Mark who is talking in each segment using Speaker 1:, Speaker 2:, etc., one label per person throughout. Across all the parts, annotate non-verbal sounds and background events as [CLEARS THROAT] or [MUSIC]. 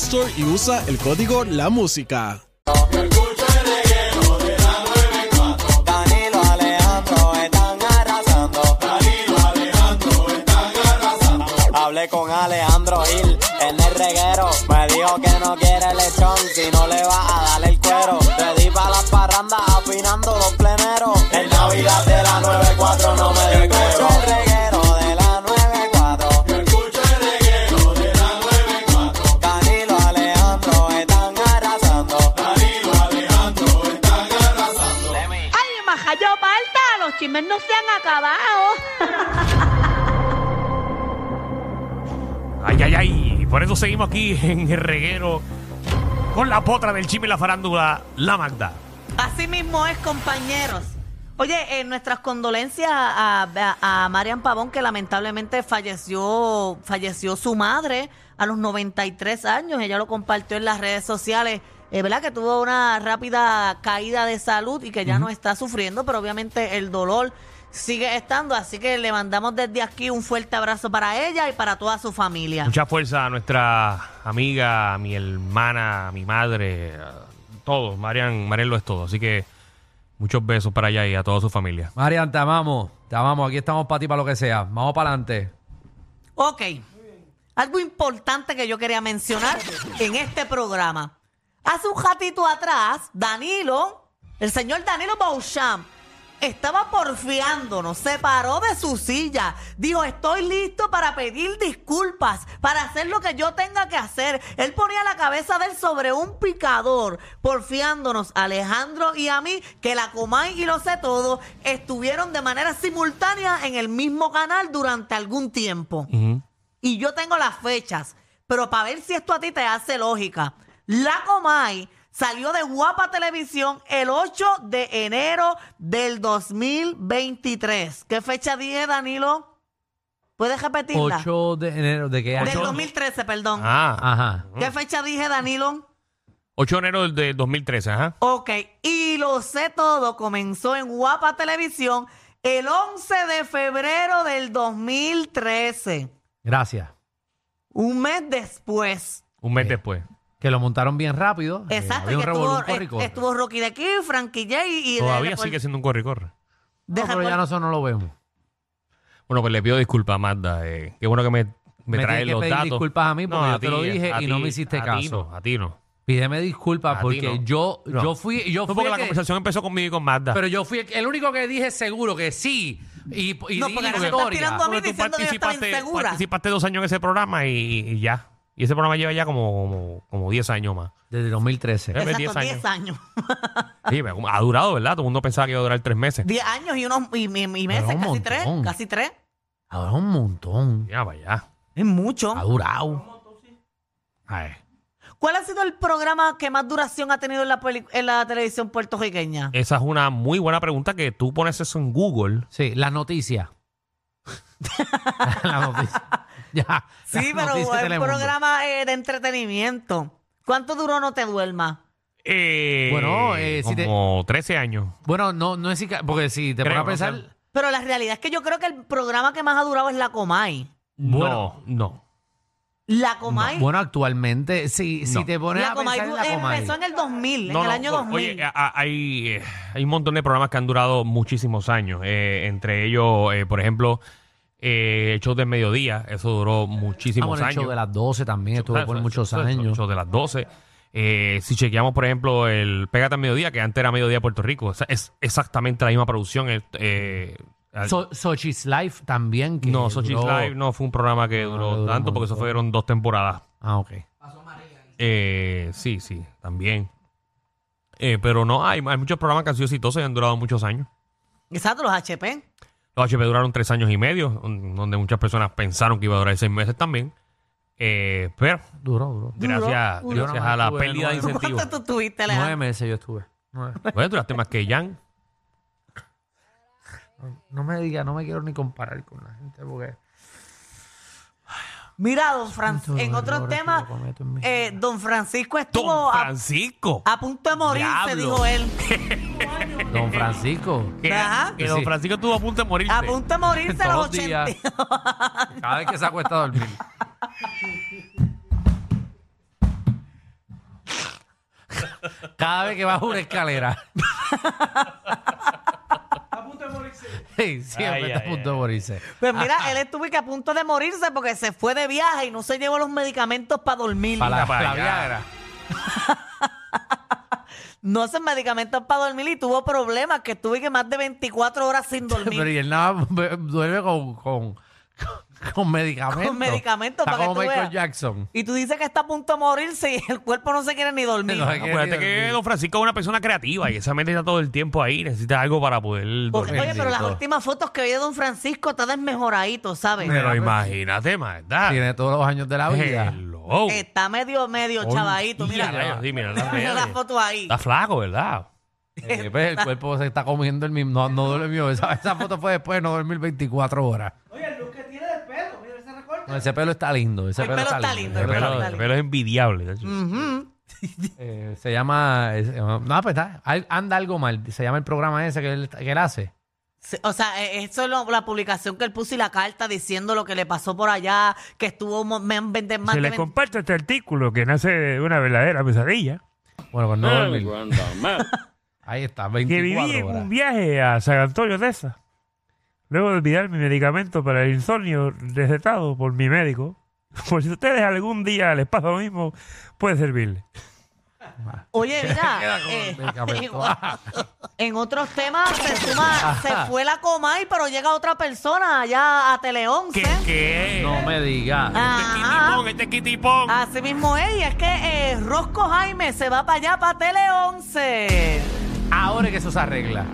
Speaker 1: Store y usa el código La Música.
Speaker 2: Danilo Alejandro están arrasando. Danilo Alejandro están arrasando. Hablé con Alejandro Gil en el reguero. Me dijo que no quiere lechón si no le va a dar el cuero. Le di pa' las parrandas afinando los pleneros. En Navidad de la 94 no me descuero. el reguero de la 94. Yo escucho el reguero de la 94. Danilo Alejandro están arrasando. Danilo Alejandro están arrasando.
Speaker 3: ¡Ay, maja, yo falta! ¡Los chismes no se han acabado!
Speaker 4: Ay, ay, ay. Por eso seguimos aquí en el reguero con la potra del chisme y la farándula, la Magda.
Speaker 5: Así mismo es, compañeros. Oye, eh, nuestras condolencias a, a- a Marian Pavón, que lamentablemente falleció, falleció su madre a los 93 años. Ella lo compartió en las redes sociales. Es verdad que tuvo una rápida caída de salud y que ya no está sufriendo, pero obviamente el dolor sigue estando. Así que le mandamos desde aquí un fuerte abrazo para ella y para toda su familia.
Speaker 4: Mucha fuerza a nuestra amiga, a mi hermana, a mi madre, a todos. Marian, Marian lo es todo. Así que muchos besos para allá y a toda su familia.
Speaker 6: Marian, te amamos, te amamos, aquí estamos para ti, para lo que sea. Vamos para adelante.
Speaker 5: Ok. Algo importante que yo quería mencionar en este programa. Hace un ratito atrás, Danilo, el señor Danilo Beauchamp, estaba porfiándonos, se paró de su silla, dijo, estoy listo para pedir disculpas, para hacer lo que yo tenga que hacer. Él ponía la cabeza de él sobre un picador, porfiándonos a Alejandro y a mí, que la Comay y lo sé todo, estuvieron de manera simultánea en el mismo canal durante algún tiempo.
Speaker 4: Ujú.
Speaker 5: Y yo tengo las fechas, pero para ver si esto a ti te hace lógica. La Comay salió de Guapa Televisión el 8 de enero del 2023. ¿Qué fecha dije, Danilo? ¿Puedes repetirla?
Speaker 6: 8 de enero, ¿de qué
Speaker 5: Del
Speaker 6: año?
Speaker 5: 2013, perdón.
Speaker 4: Ah,
Speaker 6: Ajá.
Speaker 5: ¿Qué fecha dije, Danilo?
Speaker 4: 8 de enero del de 2013, ajá.
Speaker 5: Ok, y lo sé todo, comenzó en Guapa Televisión el 11 de febrero del 2013,
Speaker 6: Gracias.
Speaker 5: un mes después.
Speaker 4: Un mes después.
Speaker 6: Que lo montaron bien rápido. eh,
Speaker 5: Exacto,
Speaker 6: había
Speaker 5: que
Speaker 6: un revolú, un
Speaker 5: estuvo,
Speaker 6: corre-corre.
Speaker 5: est- estuvo Rocky de aquí, Frankie J y de-
Speaker 4: Todavía
Speaker 5: de-
Speaker 4: sigue siendo un corre-corre.
Speaker 5: de-
Speaker 6: No, pero ya nosotros no lo vemos.
Speaker 4: Bueno, pues le pido disculpas a Magda. eh, Qué bueno que me, me,
Speaker 6: Me
Speaker 4: trae
Speaker 6: tienes que
Speaker 4: los
Speaker 6: pedir
Speaker 4: datos.
Speaker 6: disculpas a mí porque yo te
Speaker 4: ti,
Speaker 6: lo dije
Speaker 4: a
Speaker 6: y no
Speaker 4: ti,
Speaker 6: me hiciste
Speaker 4: a ti
Speaker 6: caso.
Speaker 4: no, a ti no.
Speaker 6: Pídeme disculpas
Speaker 4: A ti
Speaker 6: porque
Speaker 4: no.
Speaker 6: yo,
Speaker 4: No.
Speaker 6: yo fui, yo
Speaker 4: No,
Speaker 6: fui
Speaker 4: porque
Speaker 6: el
Speaker 4: la
Speaker 6: que-
Speaker 4: conversación empezó conmigo y con Magda.
Speaker 6: pero yo fui el, el único que dije seguro que sí. Y, y
Speaker 5: No, porque
Speaker 6: di la
Speaker 5: ahora me estás
Speaker 6: historia.
Speaker 5: tirando a mí.
Speaker 4: Porque tú
Speaker 5: diciendo que yo estaba
Speaker 4: participaste,
Speaker 5: insegura.
Speaker 4: participaste dos años en ese programa y, y ya. Y ese programa lleva ya como, como, como 10 años más.
Speaker 6: Desde 2013.
Speaker 4: Eh.
Speaker 5: Exacto,
Speaker 4: 10
Speaker 5: 10
Speaker 4: años.
Speaker 5: años. 10 años,
Speaker 6: [LAUGHS]
Speaker 4: Sí, pero ha durado, ¿verdad? Todo el mundo pensaba que iba a durar tres meses.
Speaker 5: y, unos, y, y- y meses,
Speaker 6: un
Speaker 5: casi tres,
Speaker 6: montón.
Speaker 5: casi tres.
Speaker 6: Ahora un montón.
Speaker 4: Ya, vaya.
Speaker 5: Es mucho.
Speaker 6: Ha durado. Ay.
Speaker 5: ¿Cuál ha sido el programa que más duración ha tenido en la, peli- en la televisión
Speaker 6: Eh,
Speaker 5: puertorriqueña?
Speaker 4: Esa es una muy buena pregunta que tú pones eso en Google.
Speaker 6: Sí, las noticias.
Speaker 5: [LAUGHS]
Speaker 6: [LAUGHS] las noticias. Ya.
Speaker 5: sí, pero
Speaker 6: es
Speaker 5: es un programa eh, de entretenimiento. ¿Cuánto duró No Te Duermas?
Speaker 4: Eh,
Speaker 6: Bueno, eh, si te-
Speaker 4: como 13 años.
Speaker 6: Bueno, no, no es si ca- porque si te
Speaker 4: Creo,
Speaker 6: pones a
Speaker 4: no
Speaker 6: pensar,
Speaker 4: sé.
Speaker 5: Pero la realidad es que yo creo que el programa que más ha durado es La Comay.
Speaker 4: No,
Speaker 6: Bueno.
Speaker 4: no.
Speaker 5: La Comay,
Speaker 6: bueno, actualmente, si, si
Speaker 4: No.
Speaker 6: te pones
Speaker 5: la
Speaker 6: a pensar
Speaker 5: Comay
Speaker 6: en
Speaker 5: du-
Speaker 6: la Comay,
Speaker 5: empezó en el 2000,
Speaker 4: No,
Speaker 5: en el
Speaker 4: no,
Speaker 5: año
Speaker 4: o-
Speaker 5: 2000.
Speaker 4: Oye, a- a- hay, eh, hay un montón de programas que han durado muchísimos años. eh, entre ellos, eh, por ejemplo, eh, el show del mediodía, eso duró
Speaker 6: Ah,
Speaker 4: muchísimos
Speaker 6: bueno, el
Speaker 4: años.
Speaker 6: show de las 12 también estuvo por
Speaker 4: Ah, Eso,
Speaker 6: muchos
Speaker 4: eso, eso,
Speaker 6: años.
Speaker 4: show de las 12. Eh, si chequeamos, por ejemplo, el Pégate al Mediodía, que antes era Mediodía de Puerto Rico, esa- es exactamente la misma producción. el, eh, al-
Speaker 6: So- Sochi's Live también. que
Speaker 4: no, Sochi's
Speaker 6: duró- Ah,
Speaker 4: Live no fue un programa que duró
Speaker 6: duró un
Speaker 4: tanto, porque eso
Speaker 6: montón.
Speaker 4: fueron dos temporadas.
Speaker 6: Ah, ok.
Speaker 4: Eh, sí, sí, también. Eh, pero no, hay, hay muchos programas que han sido exitosos y han durado muchos años.
Speaker 5: Exacto, los HP.
Speaker 4: Los HP duraron tres años y medio, un- donde muchas personas pensaron que iba a durar seis meses también. Eh, pero
Speaker 6: Duró, duró.
Speaker 4: gracias,
Speaker 6: duró.
Speaker 4: gracias a la
Speaker 6: Duró,
Speaker 4: pérdida de
Speaker 6: duró.
Speaker 4: incentivos.
Speaker 5: [LAUGHS] ¿Cuánto tú tuviste,
Speaker 6: Nueve
Speaker 5: Alejandro?
Speaker 6: meses yo estuve. Nueve.
Speaker 4: Bueno, duraste más que Jan.
Speaker 6: No me diga, no me quiero ni comparar con la gente porque...
Speaker 5: Mira, don Francisco,
Speaker 6: Tantos
Speaker 5: en otros
Speaker 6: errores que
Speaker 5: temas,
Speaker 6: yo cometo en mi
Speaker 5: eh, don Francisco
Speaker 4: Don
Speaker 5: estuvo a, Ah,
Speaker 4: Francisco.
Speaker 5: a punto de morirse,
Speaker 4: Diablo.
Speaker 5: dijo él. eh,
Speaker 6: Don Francisco,
Speaker 4: Que,
Speaker 5: Ajá.
Speaker 4: que don
Speaker 6: Sí.
Speaker 4: Francisco estuvo a punto de morirse.
Speaker 5: A punto de morirse a los
Speaker 6: Todos días.
Speaker 5: 80.
Speaker 6: cada vez que se acuesta a dormir. Cada vez que baja una escalera. Sí, siempre
Speaker 4: Ay,
Speaker 6: está a
Speaker 4: ay,
Speaker 6: punto de morirse.
Speaker 5: Pues mira, él estuvo y que a punto de morirse porque se fue de viaje y no se llevó los medicamentos para dormir.
Speaker 6: Para la,
Speaker 4: para
Speaker 6: la
Speaker 4: allá.
Speaker 6: Viagra.
Speaker 5: No esos medicamentos para dormir y tuvo problemas que estuve que más de 24 horas sin
Speaker 6: Pero
Speaker 5: dormir.
Speaker 6: y él nada más be- duerme con, con, con- con medicamentos.
Speaker 5: Con medicamentos,
Speaker 6: Está
Speaker 5: para que tú
Speaker 6: como Michael
Speaker 5: veas.
Speaker 6: Jackson.
Speaker 5: Y tú dices que está a punto de morirse y el cuerpo no se quiere ni dormir.
Speaker 6: No,
Speaker 4: Ah, Acuérdate que don Francisco es una persona creativa y esa mente está todo el tiempo ahí. Necesita algo para poder
Speaker 5: Porque,
Speaker 4: dormir.
Speaker 5: oye, pero las
Speaker 6: Bendito.
Speaker 5: últimas fotos que vi de Don Francisco está desmejoradito, ¿sabes?
Speaker 4: Pero imagínate, ¿verdad?
Speaker 6: Tiene todos los años de la vida.
Speaker 4: Hello.
Speaker 5: Está medio, medio
Speaker 6: Oye,
Speaker 5: Este chavadito. Mira,
Speaker 6: ya,
Speaker 4: Rayos, sí,
Speaker 5: [LAUGHS]
Speaker 4: mira las
Speaker 5: mira la
Speaker 4: redes.
Speaker 5: foto ahí.
Speaker 4: Está flaco, ¿verdad?
Speaker 6: Eh, pues, el cuerpo se está comiendo el mismo. No, no durmió. Esa, esa foto fue después de no dormir 24 horas. Oye, el look que tiene de pelo, mira ese recorte. ese pelo está lindo. Ese
Speaker 5: El
Speaker 6: pelo,
Speaker 5: pelo está Mm,
Speaker 4: El
Speaker 5: Pero
Speaker 4: pelo,
Speaker 5: dale.
Speaker 4: el pelo es envidiable. ¿cachai?
Speaker 5: Ujú.
Speaker 6: Eh, se llama. eh, se llama- no, pues está. al- Anda algo mal. Se llama el programa ese que él, que él hace.
Speaker 5: Sí, O sea, eh, eso es lo- la publicación que él puso y la carta diciendo lo que le pasó por allá, que estuvo mo- me han vende- más
Speaker 7: Se
Speaker 5: de
Speaker 7: les
Speaker 5: 20
Speaker 7: comparte este artículo que nace de una verdadera pesadilla.
Speaker 6: Bueno, pues no dormir. Ahí está,
Speaker 7: Ah, Que viví
Speaker 6: 24
Speaker 7: en
Speaker 6: horas.
Speaker 7: un viaje a San Antonio, Texas. Luego de olvidar mi medicamento para el insomnio recetado por mi médico. [LAUGHS] Por si a ustedes algún día les pasa lo mismo, puede servirle.
Speaker 5: Oye,
Speaker 7: [LAUGHS]
Speaker 5: mira,
Speaker 6: Queda como
Speaker 5: eh, [LAUGHS]
Speaker 6: medicamento.
Speaker 5: igual. en otros temas se suma,
Speaker 7: [LAUGHS]
Speaker 5: se fue la Comay, pero llega otra persona allá a Tele 11.
Speaker 7: ¿Qué? ¿Qué?
Speaker 6: No me digas.
Speaker 5: Ah. Ajá.
Speaker 7: Este kitipón.
Speaker 5: Así mismo es, y es que eh, Rosco Jaime se va para allá, para Tele 11.
Speaker 6: Ahora es que eso se arregla.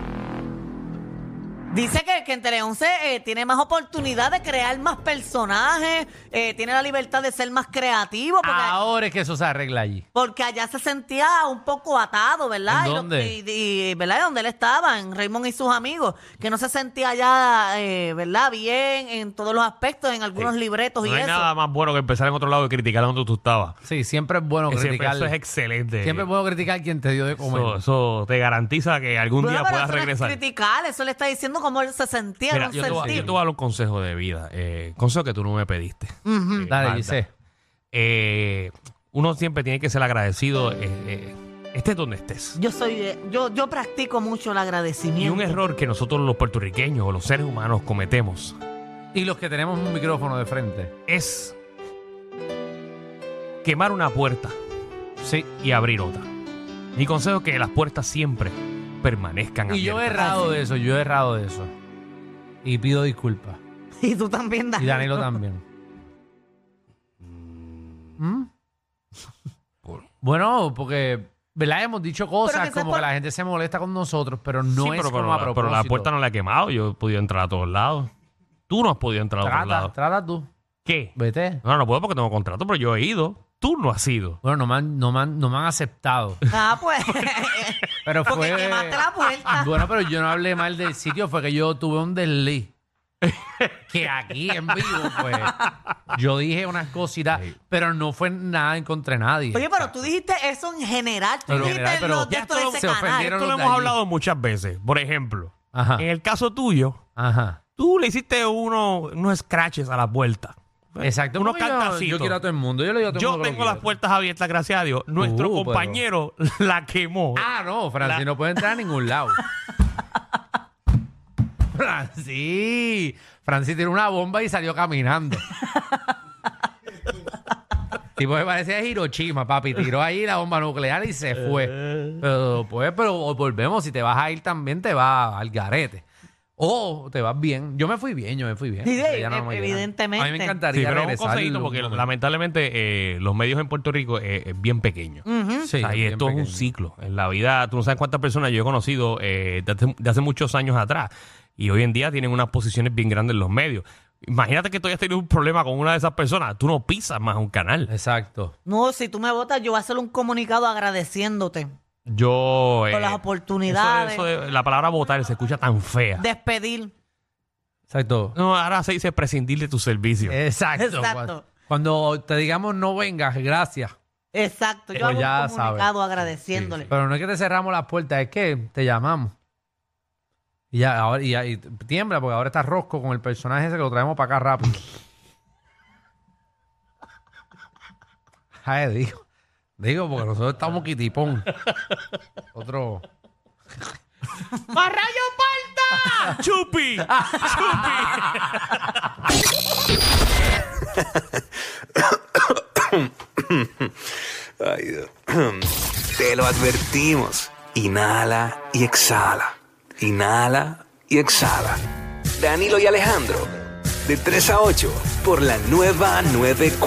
Speaker 5: Dice que, que en Tele 11 eh, tiene más oportunidad de crear más personajes, eh, tiene la libertad de ser más creativo, porque,
Speaker 4: Ah,
Speaker 6: Ahora es que eso se arregla allí.
Speaker 5: porque allá se sentía un poco atado, ¿verdad?
Speaker 6: ¿En
Speaker 5: Y lo-
Speaker 6: dónde?
Speaker 5: Y, y- ¿Verdad? Donde él estaba, en Raymond y sus amigos, que no se sentía allá, eh, ¿verdad? Bien en todos los aspectos, en algunos libretos
Speaker 4: Eh, No
Speaker 5: y
Speaker 4: hay
Speaker 5: eso.
Speaker 4: nada más bueno que empezar en otro lado y criticar a donde tú estabas.
Speaker 6: Sí, siempre es bueno
Speaker 4: Ese-
Speaker 6: criticar.
Speaker 4: eso es excelente.
Speaker 6: Siempre es bueno criticar quien te dio de comer.
Speaker 4: eso, eso te garantiza que algún
Speaker 5: Bueno,
Speaker 4: día
Speaker 5: pero
Speaker 4: puedas
Speaker 5: eso no es
Speaker 4: regresar.
Speaker 5: criticar, eso le está diciendo cómo él se sentía,
Speaker 4: Mira,
Speaker 5: no
Speaker 4: yo te, voy, a-
Speaker 5: sentir.
Speaker 4: yo te voy a dar un consejo de vida. Eh, consejo que tú no me pediste. Eh,
Speaker 6: Mm, Dale,
Speaker 4: Magda.
Speaker 6: Giselle.
Speaker 4: Eh, uno siempre tiene que ser agradecido. eh, eh, estés donde estés.
Speaker 5: Yo soy, eh, yo, yo practico mucho el
Speaker 4: Y
Speaker 5: agradecimiento.
Speaker 4: un error que nosotros los puertorriqueños o los seres humanos cometemos
Speaker 6: Y los que tenemos un micrófono de frente.
Speaker 4: es quemar una puerta
Speaker 6: Sí.
Speaker 4: y abrir otra. Mi consejo es que las puertas siempre permanezcan
Speaker 6: Y yo he
Speaker 4: abiertas.
Speaker 6: errado de eso, yo he errado de eso. Y pido disculpas.
Speaker 5: [LAUGHS] Y tú también,
Speaker 6: Y
Speaker 5: Dani.
Speaker 4: [LAUGHS]
Speaker 6: Danilo también. ¿Mm? Bueno, porque, ¿verdad? Hemos dicho
Speaker 5: Pero
Speaker 6: cosas
Speaker 5: quizás
Speaker 6: como
Speaker 5: por-
Speaker 6: que la gente se molesta con nosotros, pero no
Speaker 4: Sí,
Speaker 6: es
Speaker 4: pero, pero
Speaker 6: como a
Speaker 4: la-
Speaker 6: propósito.
Speaker 4: pero la puerta no la he quemado. Yo he podido entrar a todos lados. Tú no has podido entrar a todos
Speaker 6: Trata,
Speaker 4: lados.
Speaker 6: trata tú.
Speaker 4: ¿Qué?
Speaker 6: Vete.
Speaker 4: No, no puedo porque tengo contrato, pero yo he ido. Tú no has ido.
Speaker 6: Bueno, no me han, no me han- no me han aceptado.
Speaker 5: Ah, pues. [LAUGHS]
Speaker 6: Pero
Speaker 5: Porque
Speaker 6: fue...
Speaker 5: quemaste la puerta.
Speaker 6: Bueno, pero yo no hablé mal del sitio, fue que yo tuve
Speaker 4: [LAUGHS]
Speaker 6: un desliz. que aquí en vivo, pues, yo dije unas cositas, pero no fue nada en contra de nadie.
Speaker 5: Oye, pero tú dijiste eso en general. Tú
Speaker 6: Pero-
Speaker 5: dijiste
Speaker 6: general, pero
Speaker 5: los de
Speaker 6: ya
Speaker 5: esto de
Speaker 6: todos
Speaker 5: ese
Speaker 6: se
Speaker 5: canal.
Speaker 6: ofendieron.
Speaker 4: Esto lo
Speaker 6: los de
Speaker 4: hemos
Speaker 6: allí.
Speaker 4: hablado muchas veces. Por ejemplo,
Speaker 6: Ajá.
Speaker 4: en el caso tuyo,
Speaker 6: Ajá.
Speaker 4: tú le hiciste uno, unos scratches a la puerta.
Speaker 6: Exacto.
Speaker 4: Unos
Speaker 6: porque yo- Yo,
Speaker 4: cartacitos.
Speaker 6: quiero a todo el mundo. Yo le digo a todo el
Speaker 4: Yo
Speaker 6: mundo que lo
Speaker 4: tengo las
Speaker 6: quiero.
Speaker 4: puertas abiertas, gracias a Dios. Nuestro
Speaker 6: Uh, pero-
Speaker 4: compañero [LAUGHS] la quemó.
Speaker 6: Pues, Ah, no, Francis no puede entrar a ningún lado. [LAUGHS] Francis. Francis tiró una bomba y salió caminando. [LAUGHS] tipo me parecía Hiroshima, papi. Tiró ahí la bomba nuclear y se fue. Pero pues, pero volvemos. Si te vas a ir también, te vas al garete. O te vas bien. Yo me fui bien, yo me fui bien.
Speaker 5: Sí,
Speaker 6: Pero ya no me llegan.
Speaker 5: evidentemente.
Speaker 6: A mí me
Speaker 4: Sí,
Speaker 6: encantaría
Speaker 4: pero un
Speaker 6: regresar
Speaker 4: consejito,
Speaker 6: un
Speaker 4: porque
Speaker 6: momento.
Speaker 4: lamentablemente eh, los medios en Puerto Rico eh, es bien pequeño.
Speaker 6: Mm. Sí,
Speaker 4: O sea, y
Speaker 6: bien
Speaker 4: esto es un
Speaker 6: pequeño.
Speaker 4: ciclo. En la vida, tú no sabes cuántas personas yo he conocido eh, de, hace, de hace muchos años atrás. Y hoy en día tienen unas posiciones bien grandes en los medios. Imagínate que tú hayas tenido un problema con una de esas personas. Tú no pisas más un canal.
Speaker 6: Exacto.
Speaker 5: No, si tú me votas, yo voy a hacer un comunicado agradeciéndote.
Speaker 4: Yo. eh,
Speaker 5: Con las oportunidades.
Speaker 4: eso de- eso de- la palabra votar se escucha tan fea.
Speaker 5: Despedir.
Speaker 6: Exacto.
Speaker 4: No, ahora se dice prescindir de tu servicio.
Speaker 6: Eh. Exacto.
Speaker 5: Exacto.
Speaker 6: Cuando te digamos no vengas, gracias.
Speaker 5: Exacto. Yo
Speaker 6: Pues
Speaker 5: hago
Speaker 6: ya
Speaker 5: un comunicado agradeciéndole.
Speaker 6: Pero no es que te cerramos las puertas, es que te llamamos. Y ya, ahora, y, ya- y tiembla, porque ahora está Rosco con el personaje ese que lo traemos para acá rápido. [LAUGHS] Ay, digo. Digo, porque nosotros estamos quitipón. Otro.
Speaker 4: ¡Chupi!
Speaker 8: Ay, Dios. [CLEARS THROAT] Te lo advertimos. Inhala y exhala. Inhala y exhala. Danilo y Alejandro, de 3 a 8, por la nueva 94.